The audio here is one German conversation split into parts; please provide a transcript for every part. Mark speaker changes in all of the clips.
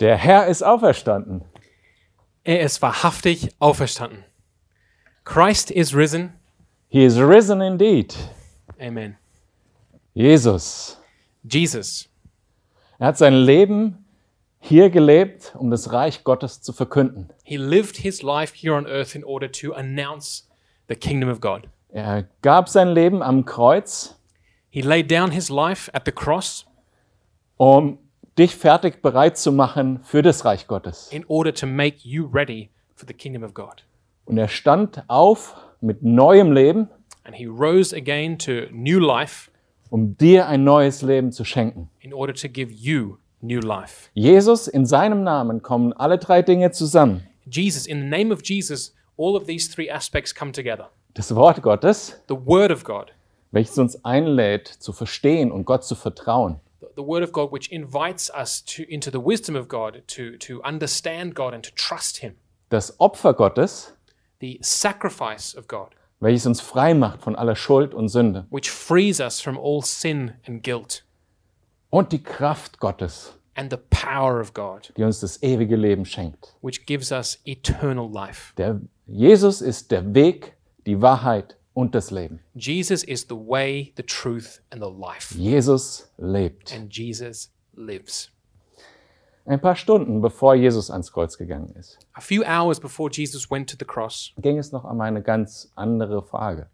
Speaker 1: Der Herr ist auferstanden.
Speaker 2: Er ist wahrhaftig auferstanden. Christ is risen.
Speaker 1: He is risen indeed.
Speaker 2: Amen.
Speaker 1: Jesus.
Speaker 2: Jesus.
Speaker 1: Er hat sein Leben hier gelebt, um das Reich Gottes zu verkünden.
Speaker 2: He lived his life here on earth in order to announce the kingdom of God.
Speaker 1: Er gab sein Leben am Kreuz,
Speaker 2: He laid down his life at the cross
Speaker 1: um dich fertig bereit zu machen für das Reich Gottes.
Speaker 2: in order to make you ready for the kingdom of God.
Speaker 1: Und er stand auf mit neuem Leben,
Speaker 2: And he rose again to new life
Speaker 1: um dir ein neues Leben zu schenken.
Speaker 2: in order to give you new life.
Speaker 1: Jesus, in seinem Namen kommen alle drei Dinge zusammen.
Speaker 2: Jesus, in the name of Jesus, all of these three aspects come together.
Speaker 1: Das Wort Gottes,
Speaker 2: The Word of God,
Speaker 1: welches uns einlädt, zu verstehen und Gott zu vertrauen.
Speaker 2: the Word of God which invites us to, into the wisdom of God, to, to understand God and to trust Him.
Speaker 1: Das Opfer Gottes,
Speaker 2: The sacrifice of God,
Speaker 1: welches uns frei macht von aller Schuld und Sünde.
Speaker 2: which frees us from all sin and guilt.
Speaker 1: Und die Kraft Gottes,
Speaker 2: And the power of God,
Speaker 1: die uns das ewige Leben schenkt.
Speaker 2: which gives us eternal life.
Speaker 1: Der Jesus ist der Weg, die Wahrheit und das Leben.
Speaker 2: Jesus is the way, the truth, and the life.
Speaker 1: Jesus lebt.
Speaker 2: And Jesus lives.
Speaker 1: Ein paar Stunden bevor Jesus ans Kreuz gegangen ist,
Speaker 2: A few hours before Jesus went to the cross,
Speaker 1: ging es noch um eine ganz andere Frage,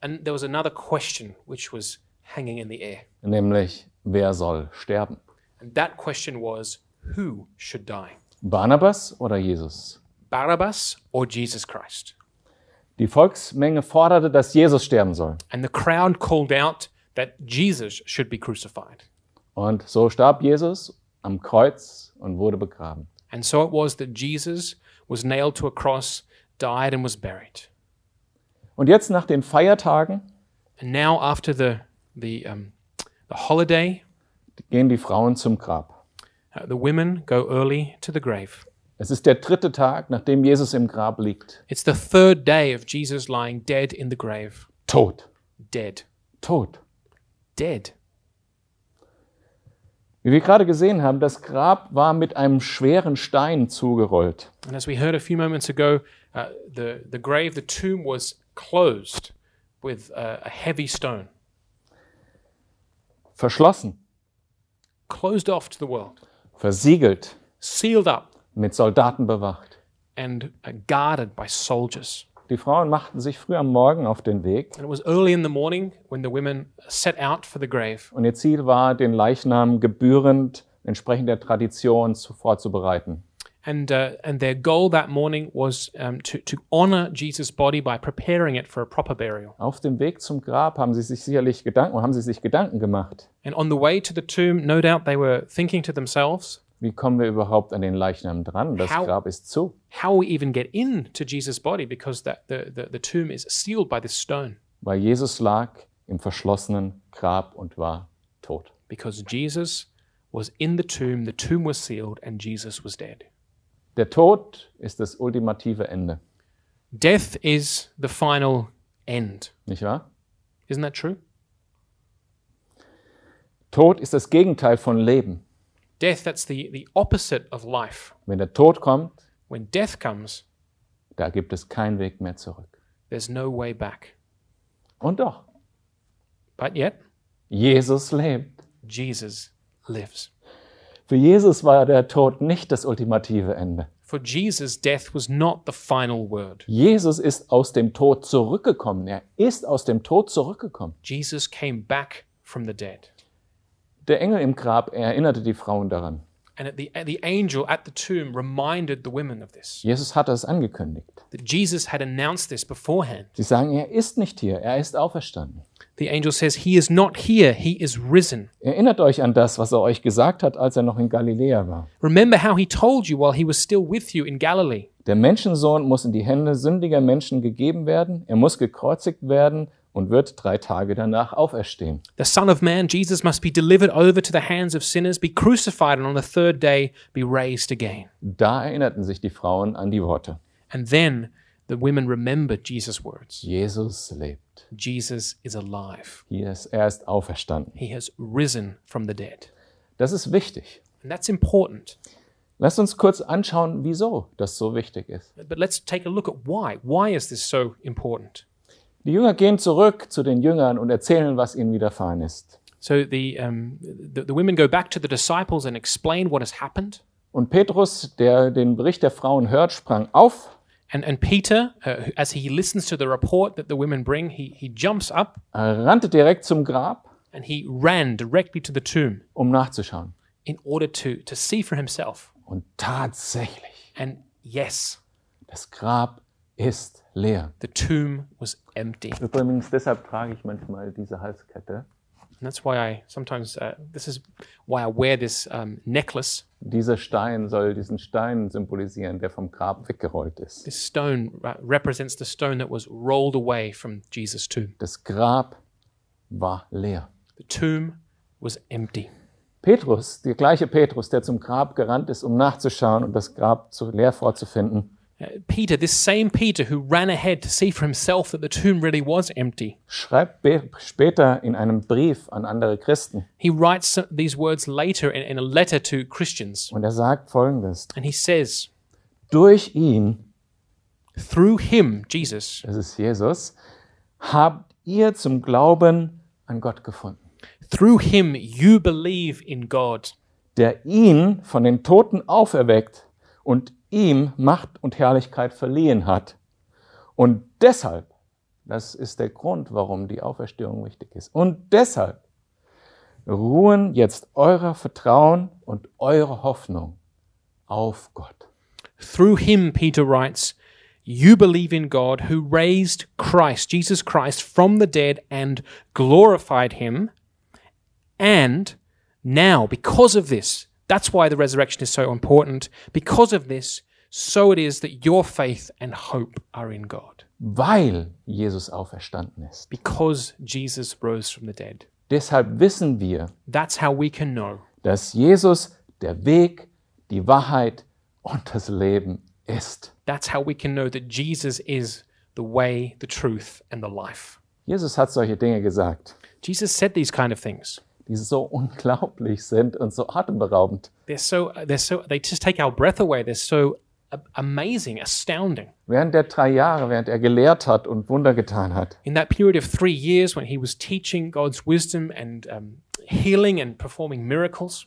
Speaker 2: And there was another question which was hanging in the air.
Speaker 1: nämlich wer soll sterben?
Speaker 2: And that question was who should die?
Speaker 1: Barnabas oder Jesus?
Speaker 2: Barabbas or Jesus Christ?
Speaker 1: Die Volksmenge forderte, dass Jesus sterben soll.
Speaker 2: And the crowd called out that Jesus should be crucified.
Speaker 1: Und so starb Jesus am Kreuz und wurde begraben.
Speaker 2: And so it was that Jesus was nailed to a cross, died, and was buried.
Speaker 1: Und jetzt nach den Feiertagen
Speaker 2: And now, after the, the, um, the holiday,
Speaker 1: gehen die Frauen zum Grab.
Speaker 2: uh, the women go early to the grave.
Speaker 1: Es ist der dritte Tag, nachdem Jesus im Grab liegt.
Speaker 2: It's the third day of Jesus lying dead in the grave.
Speaker 1: Tot.
Speaker 2: Dead.
Speaker 1: Tot.
Speaker 2: Dead.
Speaker 1: Wie wir gerade gesehen haben, das Grab war mit einem schweren Stein zugerollt.
Speaker 2: And as we heard a few moments ago, uh, the, the grave, the tomb was closed with uh, a heavy stone,
Speaker 1: Verschlossen.
Speaker 2: closed off to the world,
Speaker 1: Versiegelt.
Speaker 2: sealed up,
Speaker 1: Mit Soldaten bewacht.
Speaker 2: and uh, guarded by soldiers.
Speaker 1: Die Frauen machten sich früh am Morgen auf den Weg
Speaker 2: And it was early in the morning when the women set out for the grave,
Speaker 1: und ihr Ziel war, den Leichnam gebührend entsprechend der Tradition zu- vorzubereiten.
Speaker 2: and, uh, and their goal that morning was um, to, to honor Jesus' body by preparing it for a proper burial.
Speaker 1: Auf dem Weg zum Grab haben sie sich sicherlich Gedanken, haben sie sich Gedanken gemacht.
Speaker 2: And on the way to the tomb, no doubt they were thinking to themselves,
Speaker 1: Wie kommen wir überhaupt an den Leichnam dran? Das
Speaker 2: How-
Speaker 1: Grab ist zu.
Speaker 2: how we even get into Jesus' body because that, the, the, the tomb is sealed by this stone.
Speaker 1: Weil Jesus lag im verschlossenen Grab und war tot.
Speaker 2: because Jesus was in the tomb, the tomb was sealed, and Jesus was dead.
Speaker 1: Der Tod ist das ultimative Ende,
Speaker 2: Death is the final end.
Speaker 1: nicht wahr?
Speaker 2: Isn't that true?
Speaker 1: Tod ist das Gegenteil von Leben.
Speaker 2: Death, that's the, the opposite of life.
Speaker 1: Wenn der Tod kommt,
Speaker 2: When death comes,
Speaker 1: da gibt es keinen Weg mehr zurück.
Speaker 2: there's no way back.
Speaker 1: Und doch,
Speaker 2: But yet,
Speaker 1: Jesus lebt.
Speaker 2: Jesus lives.
Speaker 1: Für Jesus war der Tod nicht das ultimative Ende.
Speaker 2: For Jesus, death was not the final word.
Speaker 1: Jesus ist aus dem Tod zurückgekommen. Er ist aus dem Tod zurückgekommen.
Speaker 2: Jesus came back from the dead.
Speaker 1: Der Engel im Grab erinnerte die Frauen daran.
Speaker 2: And at the, the angel at the tomb reminded the women of this,
Speaker 1: Jesus hatte es angekündigt.
Speaker 2: that Jesus had announced this beforehand.
Speaker 1: Sie sagen, er ist nicht hier, er ist auferstanden.
Speaker 2: The angel says, He is not here, He is risen.
Speaker 1: Erinnert euch an das, was er euch gesagt hat, als er noch in Galiläa war.
Speaker 2: Remember how he told you while he was still with you in Galilee.
Speaker 1: Der Menschensohn muss in die Hände sündiger Menschen gegeben werden, er muss gekreuzigt werden und wird drei Tage danach auferstehen.
Speaker 2: The Son of Man, Jesus, must be delivered over to the hands of sinners, be crucified, and on the third day be raised again.
Speaker 1: Da erinnerten sich die Frauen an die Worte.
Speaker 2: And then the women remembered Jesus' words
Speaker 1: Jesus lebt.
Speaker 2: Jesus is alive.
Speaker 1: Hier ist, er ist auferstanden.
Speaker 2: He has risen from the dead.
Speaker 1: Das ist wichtig.
Speaker 2: And that's important.
Speaker 1: Lass uns kurz anschauen, wieso das so wichtig ist.
Speaker 2: But let's take a look at why. Why is this so important?
Speaker 1: Die Jünger gehen zurück zu den Jüngern und erzählen, was ihnen widerfahren ist.
Speaker 2: So the, um, the, the women go back to the disciples and explain what has happened.
Speaker 1: Und Petrus, der den Bericht der Frauen hört, sprang auf,
Speaker 2: And, and Peter, uh, who- as he listens to the report that the women bring, he, he jumps up
Speaker 1: äh, rannte direkt zum Grab,
Speaker 2: and he ran directly to the tomb
Speaker 1: um nachzuschauen.
Speaker 2: in order to, to see for himself.
Speaker 1: Und tatsächlich,
Speaker 2: And yes,
Speaker 1: das Grab ist leer.
Speaker 2: the tomb was empty. And
Speaker 1: Übrigens, deshalb trage ich manchmal diese Halskette.
Speaker 2: that's why I sometimes, uh, this is why I wear this um, necklace.
Speaker 1: Dieser Stein soll diesen Stein symbolisieren, der vom Grab weggerollt ist.
Speaker 2: This stone uh, represents the stone that was rolled away from Jesus' tomb.
Speaker 1: Das Grab war leer.
Speaker 2: The tomb was empty.
Speaker 1: Petrus, der gleiche Petrus, der zum Grab gerannt ist, um nachzuschauen und das Grab zu leer vorzufinden,
Speaker 2: Uh, Peter, this same Peter who ran ahead to see for himself that the tomb really was empty,
Speaker 1: schreibt be- später in einem Brief an andere Christen
Speaker 2: he writes so- these words later in, in a letter to Christians.
Speaker 1: und er sagt folgendes:
Speaker 2: And he says,
Speaker 1: Durch ihn,
Speaker 2: Through him, Jesus,
Speaker 1: das ist Jesus, habt ihr zum Glauben an Gott gefunden,
Speaker 2: through him you believe in God,
Speaker 1: der ihn von den Toten auferweckt und ihm Macht und Herrlichkeit verliehen hat. Und deshalb, das ist der Grund, warum die Auferstehung wichtig ist. Und deshalb ruhen jetzt euer Vertrauen und eure Hoffnung auf Gott.
Speaker 2: Through him, Peter writes, you believe in God who raised Christ, Jesus Christ, from the dead and glorified him. And now, because of this, that's why the resurrection is so important. Because of this, so it is that your faith and hope are in God.
Speaker 1: weil Jesus auferstanden ist.
Speaker 2: Because Jesus rose from the dead.
Speaker 1: Deshalb wissen wir,
Speaker 2: That's how we can know
Speaker 1: dass Jesus der Weg, die Wahrheit und das Leben ist.
Speaker 2: That's how we can know that Jesus is the way, the truth, and the life.
Speaker 1: Jesus hat solche Dinge gesagt,
Speaker 2: Jesus said these kind of things.
Speaker 1: die so unglaublich sind und so atemberaubend.
Speaker 2: They're so, they're so, they just take our breath away. They're so a- amazing, astounding.
Speaker 1: Während der drei Jahre, während er gelehrt hat und Wunder getan hat,
Speaker 2: In that period of three years when he was teaching God's wisdom and um, healing and performing miracles,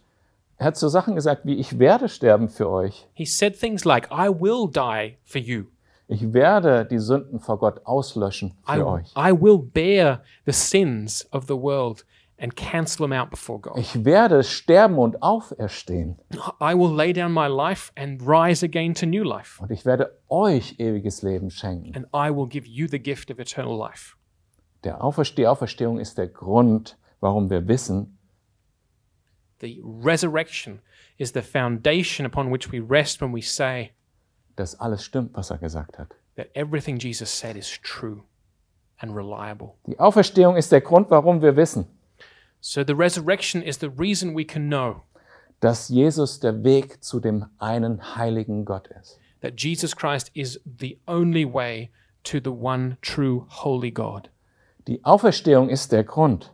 Speaker 1: er hat so Sachen gesagt wie, ich werde sterben für euch.
Speaker 2: he said things like, I will die for you.
Speaker 1: Ich werde die Sünden vor Gott auslöschen für
Speaker 2: I,
Speaker 1: euch.
Speaker 2: I will bear the sins of the world and cancel them out before God.
Speaker 1: Ich werde sterben und auferstehen.
Speaker 2: I will lay down my life and rise again to new life.
Speaker 1: Und ich werde euch ewiges Leben schenken.
Speaker 2: and I will give you the gift of eternal life.
Speaker 1: Der Auferste die Auferstehung ist der Grund, warum wir wissen,
Speaker 2: The resurrection is the foundation upon which we rest when we say
Speaker 1: dass alles stimmt, was er gesagt hat.
Speaker 2: that everything Jesus said is true and reliable.
Speaker 1: Die Auferstehung ist der Grund, warum wir wissen,
Speaker 2: So the resurrection is the reason we can know
Speaker 1: dass Jesus der Weg zu dem einen heiligen Gott ist.
Speaker 2: that Jesus Christ is the only way to the one true holy God.
Speaker 1: Die Auferstehung ist der Grund,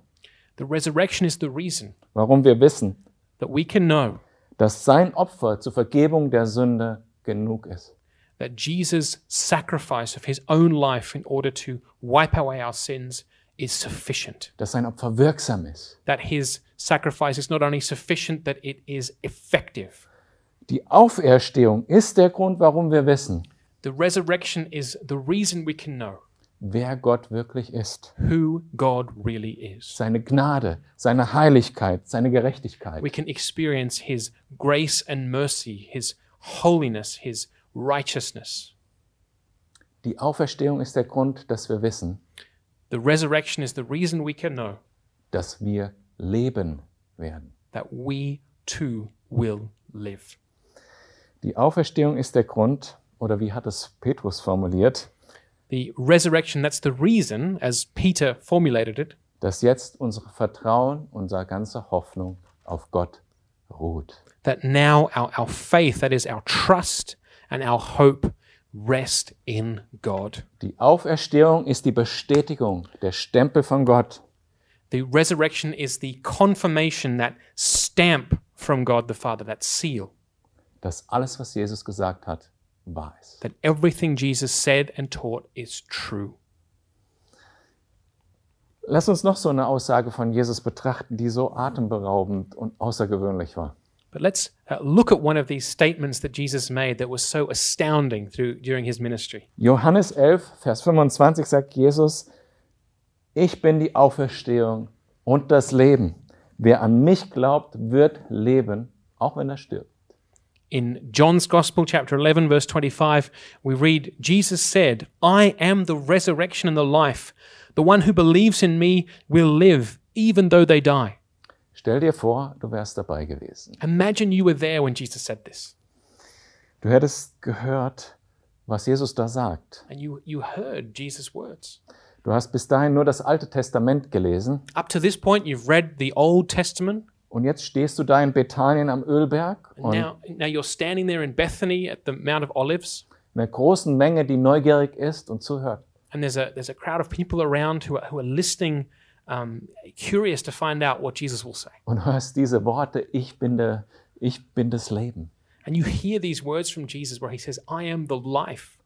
Speaker 2: The resurrection is the reason
Speaker 1: warum wir wissen,
Speaker 2: that we can know
Speaker 1: dass sein Opfer zur Vergebung der Sünde genug ist.
Speaker 2: that Jesus' sacrifice of his own life in order to wipe away our sins is sufficient.
Speaker 1: Dass sein Opfer wirksam ist.
Speaker 2: that his sacrifice is not only sufficient, that it is effective.
Speaker 1: Die Auferstehung ist der Grund, warum wir wissen,
Speaker 2: The resurrection is the reason we can know
Speaker 1: wer Gott wirklich ist.
Speaker 2: who God really is.
Speaker 1: Seine Gnade, seine Heiligkeit, seine Gerechtigkeit.
Speaker 2: We can experience his grace and mercy, his holiness, his righteousness.
Speaker 1: Die Auferstehung ist der Grund, dass wir wissen,
Speaker 2: The resurrection is the reason we can know
Speaker 1: dass wir leben werden.
Speaker 2: that we too will live.
Speaker 1: Die Auferstehung ist der Grund, oder wie hat es Petrus formuliert,
Speaker 2: The resurrection, that's the reason, as Peter formulated it,
Speaker 1: dass jetzt unser Vertrauen, unsere ganze Hoffnung auf Gott ruht.
Speaker 2: that now our, our faith, that is our trust and our hope, rest in God.
Speaker 1: Die Auferstehung ist die Bestätigung, der Stempel von Gott,
Speaker 2: The resurrection is the confirmation, that stamp from God the Father, that seal,
Speaker 1: dass alles, was Jesus gesagt hat, wahr ist.
Speaker 2: that everything Jesus said and taught is true.
Speaker 1: Lass uns noch so eine Aussage von Jesus betrachten, die so atemberaubend und außergewöhnlich war.
Speaker 2: But let's uh, look at one of these statements that Jesus made that was so astounding through, during his ministry.
Speaker 1: Johannes 11, Vers 25 sagt Jesus, ich bin die Auferstehung und das Leben. Wer an mich glaubt, wird leben, auch wenn er stirbt.
Speaker 2: In John's Gospel, chapter 11, verse 25, we read, Jesus said, I am the resurrection and the life. The one who believes in me will live, even though they die.
Speaker 1: Stell dir vor, du wärst dabei gewesen.
Speaker 2: Imagine you were there when Jesus said this,
Speaker 1: Du hättest gehört, was Jesus da sagt.
Speaker 2: and you, you heard Jesus' words.
Speaker 1: Du hast bis dahin nur das Alte Testament gelesen
Speaker 2: Up to this point, you've read the Old Testament.
Speaker 1: und jetzt stehst du da in Bethanien am Ölberg und
Speaker 2: Now, now you're standing there in Bethany at the Mount of Olives.
Speaker 1: einer großen Menge, die neugierig ist und zuhört.
Speaker 2: and there's a there's a crowd of people around who are, who are listening, um, curious to find out what Jesus will say.
Speaker 1: Und hörst diese Worte, ich bin, der, ich bin das Leben.
Speaker 2: And you hear these words from Jesus where he says, "I am the life,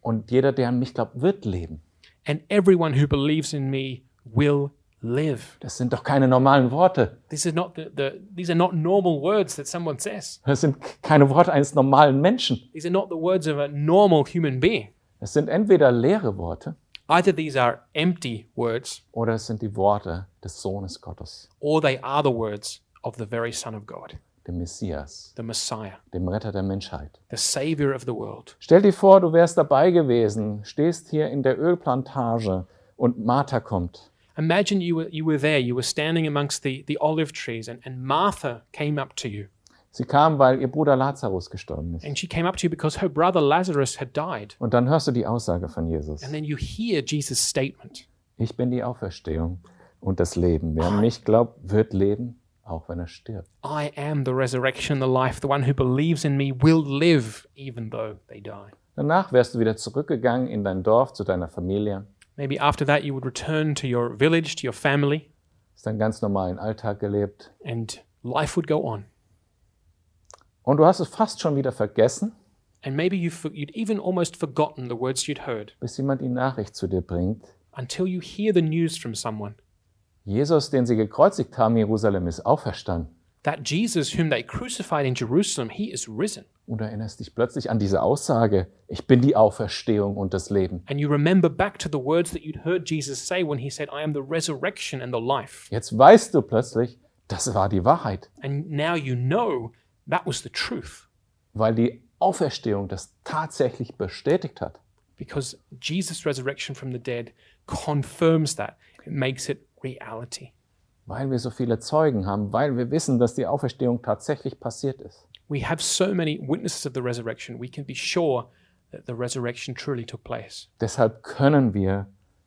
Speaker 1: Und jeder, der an mich glaubt, wird leben.
Speaker 2: and everyone who believes in me will live."
Speaker 1: Das sind doch keine normalen Worte.
Speaker 2: These are not the, the these are not normal words that someone says.
Speaker 1: Das sind keine Worte eines normalen Menschen.
Speaker 2: These are not the words of a normal human being.
Speaker 1: Das sind entweder leere Worte
Speaker 2: Either these are empty words,
Speaker 1: oder es sind die Worte des Sohnes Gottes,
Speaker 2: or they are the words of the very Son of God,
Speaker 1: dem Messias,
Speaker 2: the Messiah,
Speaker 1: dem Retter der Menschheit.
Speaker 2: the Savior of the world.
Speaker 1: Stell dir vor, du wärst dabei gewesen, stehst hier in der Ölplantage und Martha kommt.
Speaker 2: Imagine you were, you were there, you were standing amongst the, the olive trees, and, and Martha came up to you.
Speaker 1: Sie kam, weil ihr Bruder Lazarus gestorben ist.
Speaker 2: And she came up to you because her brother Lazarus had died.
Speaker 1: Und dann hörst du die Aussage von Jesus.
Speaker 2: And then you hear Jesus' statement
Speaker 1: Ich bin die Auferstehung und das Leben. Wer an mich glaubt, wird leben, auch wenn er stirbt.
Speaker 2: I am the resurrection and the life. The one who believes in me will live even though they die.
Speaker 1: Danach wärst du wieder zurückgegangen in dein Dorf zu deiner Familie,
Speaker 2: Maybe after that, you would return to your village, to your family,
Speaker 1: hast deinen ganz normalen Alltag gelebt
Speaker 2: and life would go on.
Speaker 1: und du hast es fast schon wieder vergessen,
Speaker 2: And maybe you for- you'd even almost forgotten the words you'd heard
Speaker 1: bis jemand die Nachricht zu dir bringt.
Speaker 2: until you hear the news from someone
Speaker 1: Jesus, den sie gekreuzigt haben, in Jerusalem, ist auferstanden.
Speaker 2: that Jesus, whom they crucified in Jerusalem, he is risen.
Speaker 1: Und du erinnerst dich plötzlich an diese Aussage, ich bin die Auferstehung und das Leben.
Speaker 2: And you remember back to the words that you'd heard Jesus say when he said, I am the resurrection and the life.
Speaker 1: Jetzt weißt du plötzlich, das war die Wahrheit,
Speaker 2: And now you know that was the truth
Speaker 1: weil die Auferstehung das tatsächlich bestätigt hat.
Speaker 2: because Jesus' resurrection from the dead confirms that. It makes it reality.
Speaker 1: Weil wir so viele Zeugen haben, weil wir wissen, dass die Auferstehung tatsächlich passiert ist.
Speaker 2: We have so many witnesses of the resurrection, we can be sure that the resurrection truly took place.
Speaker 1: Deshalb können wir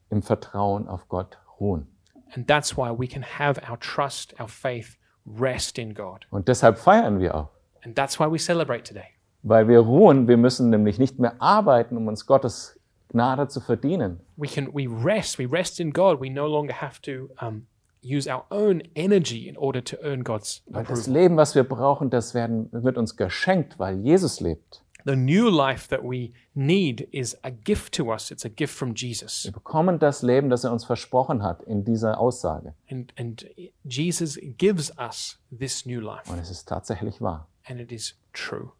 Speaker 1: im Vertrauen auf Gott ruhen.
Speaker 2: And that's why we can have our trust, our faith rest in God.
Speaker 1: Und deshalb feiern wir auch.
Speaker 2: And that's why we celebrate today.
Speaker 1: Weil wir ruhen, wir müssen nämlich nicht mehr arbeiten, um uns Gottes Gnade zu verdienen.
Speaker 2: we can we rest we rest in god we no longer have to um, use our own energy in order to earn god's
Speaker 1: Weil das
Speaker 2: approval
Speaker 1: Leben, was wir brauchen, das werden, wird uns geschenkt, weil Jesus lebt.
Speaker 2: the new life that we need is a gift to us it's a gift from jesus
Speaker 1: Wir bekommen das Leben, das er uns versprochen hat in dieser Aussage.
Speaker 2: and and jesus gives us this new life
Speaker 1: Und es ist tatsächlich wahr.
Speaker 2: and it is true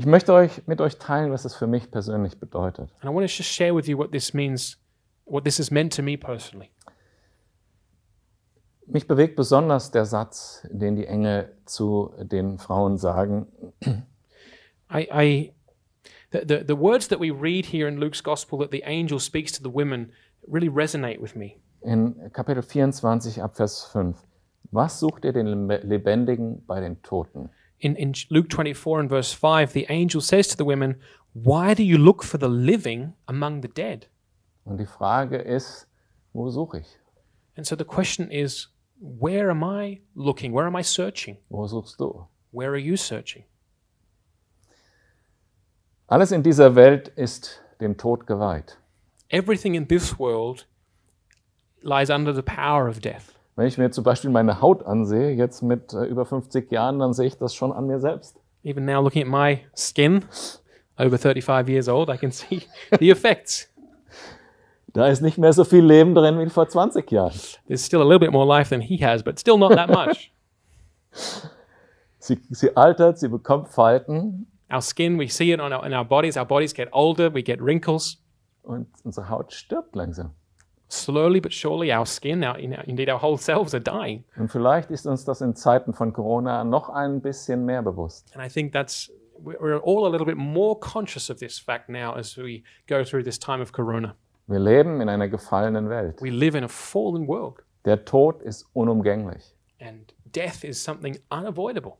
Speaker 1: Ich möchte euch mit euch teilen, was es für mich persönlich bedeutet.
Speaker 2: and i want to just share with you what this means what this has meant to me personally
Speaker 1: Mich bewegt besonders der Satz, den die Engel zu den Frauen sagen.
Speaker 2: i i the, the, the words that we read here in luke's gospel that the angel speaks to the women really resonate with me
Speaker 1: In Kapitel 24 ab Vers 5. Was sucht ihr den Lebe- Lebendigen bei den Toten?
Speaker 2: in, in Luke 24 and verse 5, the angel says to the women, Why do you look for the living among the dead?
Speaker 1: Und die Frage ist, wo suche ich?
Speaker 2: And so the question is, Where am I looking? Where am I searching?
Speaker 1: Wo suchst du?
Speaker 2: Where are you searching?
Speaker 1: Alles in dieser Welt ist dem Tod geweiht.
Speaker 2: Everything in this world lies under the power of death.
Speaker 1: Wenn ich mir zum Beispiel meine Haut ansehe, jetzt mit äh, über 50 Jahren, dann sehe ich das schon an mir selbst.
Speaker 2: Even now, looking at my skin, over 35 years old, I can see the effects.
Speaker 1: Da ist nicht mehr so viel Leben drin wie vor 20 Jahren.
Speaker 2: There's still a little bit more life than he has, but still not that much.
Speaker 1: Sie, sie altert, sie bekommt Falten
Speaker 2: our skin, we see it on our, in our bodies. Our bodies get older, we get wrinkles.
Speaker 1: und unsere Haut stirbt langsam.
Speaker 2: Slowly but surely, our skin, our, in- indeed our whole selves, are dying.
Speaker 1: Und vielleicht ist uns das in Zeiten von Corona noch ein bisschen mehr bewusst.
Speaker 2: And I think that's we- we're all a little bit more conscious of this fact now as we go through this time of corona.
Speaker 1: Wir leben in einer gefallenen Welt.
Speaker 2: We live in a fallen world,
Speaker 1: Der Tod ist unumgänglich.
Speaker 2: and death is something unavoidable.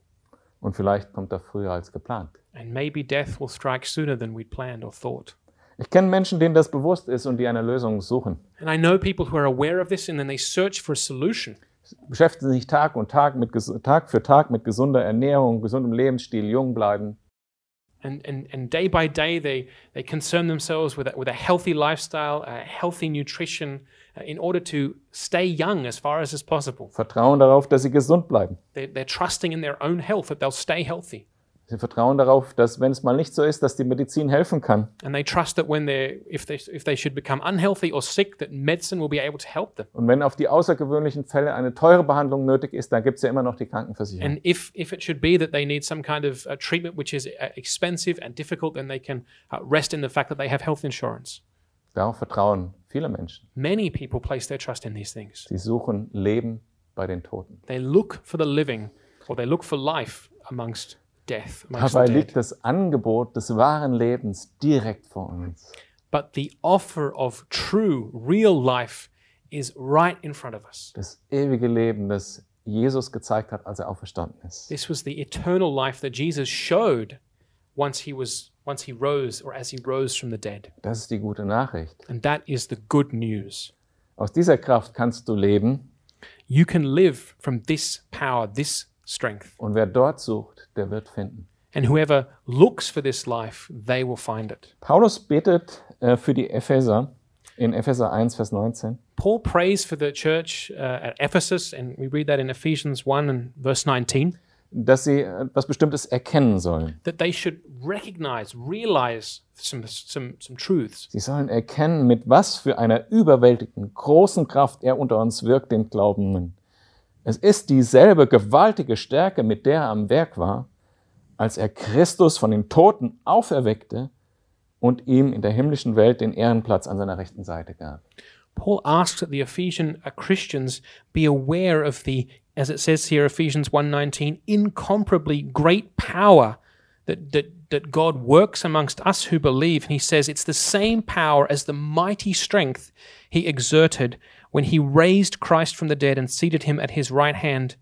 Speaker 1: Und vielleicht kommt er früher als geplant.
Speaker 2: And maybe death will strike sooner than we'd planned or thought.
Speaker 1: Ich kenne Menschen, denen das bewusst ist und die eine Lösung suchen.
Speaker 2: And I know people who are aware of this and then they search for a solution.
Speaker 1: Beschäftigen sich Tag und Tag, mit, ges- Tag für Tag mit gesunder Ernährung, gesundem Lebensstil, jung bleiben.
Speaker 2: and, and, and day by day they, they concern themselves with a, with a healthy lifestyle, a healthy nutrition, uh, in order to stay young as far as is possible.
Speaker 1: Vertrauen darauf, dass sie gesund bleiben.
Speaker 2: They're, they're trusting in their own health that they'll stay healthy.
Speaker 1: Sie vertrauen darauf, dass wenn es mal nicht so ist, dass die Medizin helfen kann.
Speaker 2: And they trust that when they're, if, they, if they should become unhealthy or sick, that medicine will be able to help them.
Speaker 1: Und wenn auf die außergewöhnlichen Fälle eine teure Behandlung nötig ist, dann gibt es ja immer noch die Krankenversicherung.
Speaker 2: And if, if it should be that they need some kind of uh, treatment which is uh, expensive and difficult, then they can uh, rest in the fact that they have health insurance.
Speaker 1: Darauf vertrauen viele Menschen.
Speaker 2: Many people place their trust in these things.
Speaker 1: Sie suchen Leben bei den Toten.
Speaker 2: They look for the living, or they look for life amongst death, amongst
Speaker 1: Dabei
Speaker 2: the dead.
Speaker 1: liegt das Angebot des wahren Lebens direkt vor uns.
Speaker 2: But the offer of true, real life is right in front of us.
Speaker 1: Das ewige Leben, das Jesus gezeigt hat, als er auferstanden ist.
Speaker 2: This was the eternal life that Jesus showed once he was once he rose or as he rose from the dead.
Speaker 1: Das ist die gute Nachricht.
Speaker 2: And that is the good news.
Speaker 1: Aus dieser Kraft kannst du leben.
Speaker 2: You can live from this power, this strength.
Speaker 1: Und wer dort sucht, der wird finden.
Speaker 2: And whoever looks for this life, they will find it.
Speaker 1: Paulus betet äh, für die Epheser in Epheser 1, Vers 19.
Speaker 2: Paul prays for the church uh, at Ephesus, and we read that in Ephesians 1 and verse 19.
Speaker 1: dass sie etwas Bestimmtes erkennen sollen.
Speaker 2: that they should recognize, realize some, some, some truths.
Speaker 1: Sie sollen erkennen, mit was für einer überwältigenden, großen Kraft er unter uns wirkt, den Glaubenden. Es ist dieselbe gewaltige Stärke, mit der er am Werk war, als er Christus von den Toten auferweckte und ihm in der himmlischen Welt den Ehrenplatz an seiner rechten Seite gab.
Speaker 2: Paul asks that the Ephesian uh, Christians be aware of the, as it says here, Ephesians 1.19, incomparably great power that, that, that God works amongst us who believe. And he says it's the same power as the mighty strength he exerted when he raised Christ from the dead and seated him at his right hand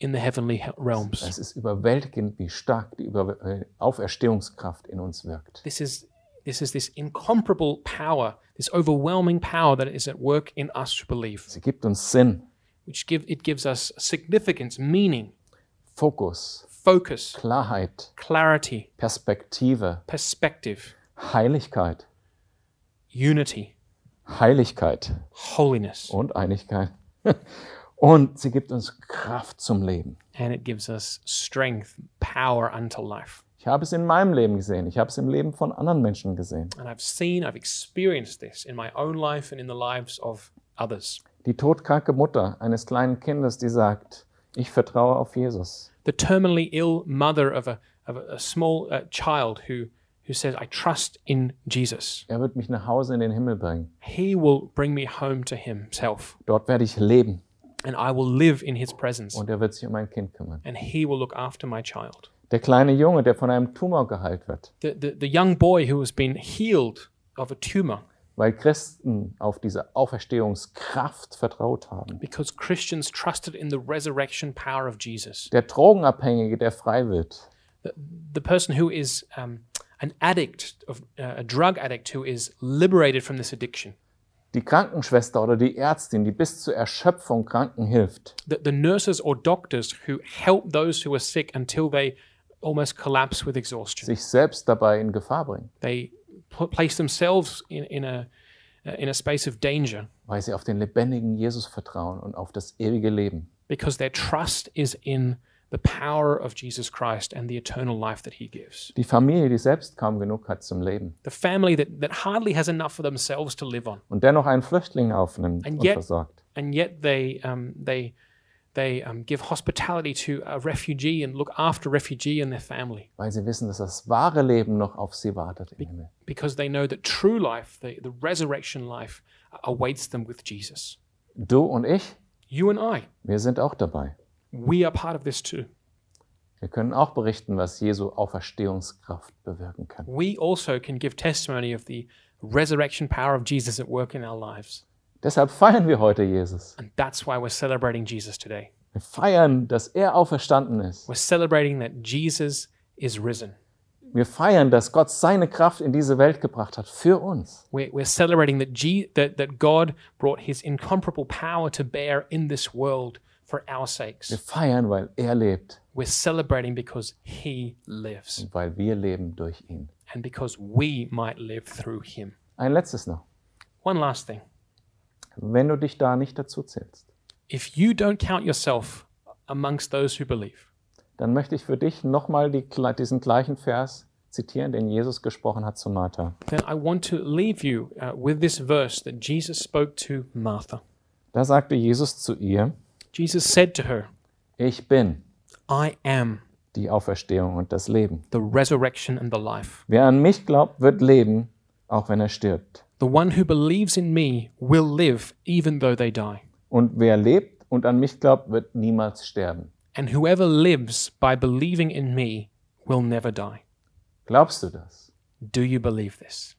Speaker 2: in the heavenly he- realms.
Speaker 1: Es ist überwältigend, wie stark die Über äh, Auferstehungskraft in uns wirkt.
Speaker 2: this is this is this incomparable power, this overwhelming power that is at work in us who believe,
Speaker 1: Sie gibt uns Sinn,
Speaker 2: which give it gives us significance, meaning,
Speaker 1: Fokus,
Speaker 2: focus,
Speaker 1: Klarheit,
Speaker 2: clarity,
Speaker 1: Perspektive,
Speaker 2: perspective,
Speaker 1: Heiligkeit.
Speaker 2: unity,
Speaker 1: Heiligkeit
Speaker 2: holiness,
Speaker 1: und Einigkeit. Und sie gibt uns Kraft zum Leben.
Speaker 2: and it gives us strength, power unto life.
Speaker 1: Ich habe es in meinem Leben gesehen. Ich habe es im Leben von anderen Menschen gesehen.
Speaker 2: And I've seen, I've experienced this in my own life and in the lives of others.
Speaker 1: Die todkranke Mutter eines kleinen Kindes, die sagt, ich vertraue auf Jesus.
Speaker 2: The terminally ill mother of a of a, a small uh, child who who says, "I trust in Jesus."
Speaker 1: Er wird mich nach Hause in den Himmel bringen.
Speaker 2: He will bring me home to Himself,
Speaker 1: Dort werde ich leben
Speaker 2: and I will live in His presence,
Speaker 1: und er wird sich um mein Kind kümmern.
Speaker 2: and He will look after my child.
Speaker 1: Der kleine Junge, der von einem Tumor geheilt wird,
Speaker 2: The, the, the young boy who has been healed of a tumor
Speaker 1: weil Christen auf diese Auferstehungskraft vertraut haben.
Speaker 2: because Christians trusted in the resurrection power of Jesus.
Speaker 1: Der Drogenabhängige, der frei wird,
Speaker 2: The, the person who is um, an addict, of, uh, a drug addict who is liberated from this addiction.
Speaker 1: die Krankenschwester oder die Ärztin, die bis zur Erschöpfung Kranken hilft,
Speaker 2: The, the nurses or doctors who help those who are sick until they almost collapse with exhaustion.
Speaker 1: sich selbst dabei in Gefahr bringen.
Speaker 2: they pl- place themselves in, in a uh, in a space of danger
Speaker 1: weil sie auf den lebendigen Jesus vertrauen und auf das ewige Leben.
Speaker 2: because their trust is in the power of Jesus Christ and the eternal life that he gives.
Speaker 1: Die Familie, die selbst kaum genug hat zum Leben
Speaker 2: The family that, that hardly has enough for themselves to live on,
Speaker 1: und dennoch einen Flüchtling aufnimmt
Speaker 2: And
Speaker 1: und
Speaker 2: yet-
Speaker 1: versorgt.
Speaker 2: and yet they, um, they, they um, give hospitality to a refugee and look after refugee and their family
Speaker 1: weil sie wissen, dass das wahre Leben noch auf sie wartet im Himmel.
Speaker 2: because they know that true life, the, the resurrection life, uh, awaits them with Jesus.
Speaker 1: Du und ich,
Speaker 2: You and I,
Speaker 1: wir sind auch dabei.
Speaker 2: we are part of this too.
Speaker 1: Wir können auch berichten, was Jesu Auferstehungskraft bewirken kann.
Speaker 2: We also can give testimony of the resurrection power of Jesus at work in our lives.
Speaker 1: Deshalb feiern wir heute Jesus.
Speaker 2: And that's why we're celebrating Jesus today.
Speaker 1: Wir feiern, dass er auferstanden ist.
Speaker 2: We're celebrating that Jesus is risen.
Speaker 1: Wir feiern, dass Gott seine Kraft in diese Welt gebracht hat für uns.
Speaker 2: We're, we're celebrating that, G, that, that God brought his incomparable power to bear in this world for our
Speaker 1: Wir
Speaker 2: sakes.
Speaker 1: feiern, weil er lebt
Speaker 2: We're celebrating because he lives
Speaker 1: und weil wir leben durch ihn.
Speaker 2: and because we might live through him.
Speaker 1: Ein letztes noch.
Speaker 2: One last thing
Speaker 1: Wenn du dich da nicht dazu zählst,
Speaker 2: if you don't count yourself amongst those who believe,
Speaker 1: dann möchte ich für dich nochmal die, diesen gleichen Vers zitieren, den Jesus gesprochen hat zu Martha.
Speaker 2: then I want to leave you uh, with this verse that Jesus spoke to Martha.
Speaker 1: Da sagte Jesus zu ihr,
Speaker 2: Jesus said to her,
Speaker 1: ich bin
Speaker 2: I am
Speaker 1: die Auferstehung und das Leben.
Speaker 2: the resurrection and the life.
Speaker 1: Wer an mich glaubt, wird leben, auch wenn er stirbt.
Speaker 2: The one who believes in me will live even though they die.
Speaker 1: Und wer lebt und an mich glaubt, wird niemals sterben.
Speaker 2: And whoever lives by believing in me will never die.
Speaker 1: Glaubst du das?
Speaker 2: Do you believe this?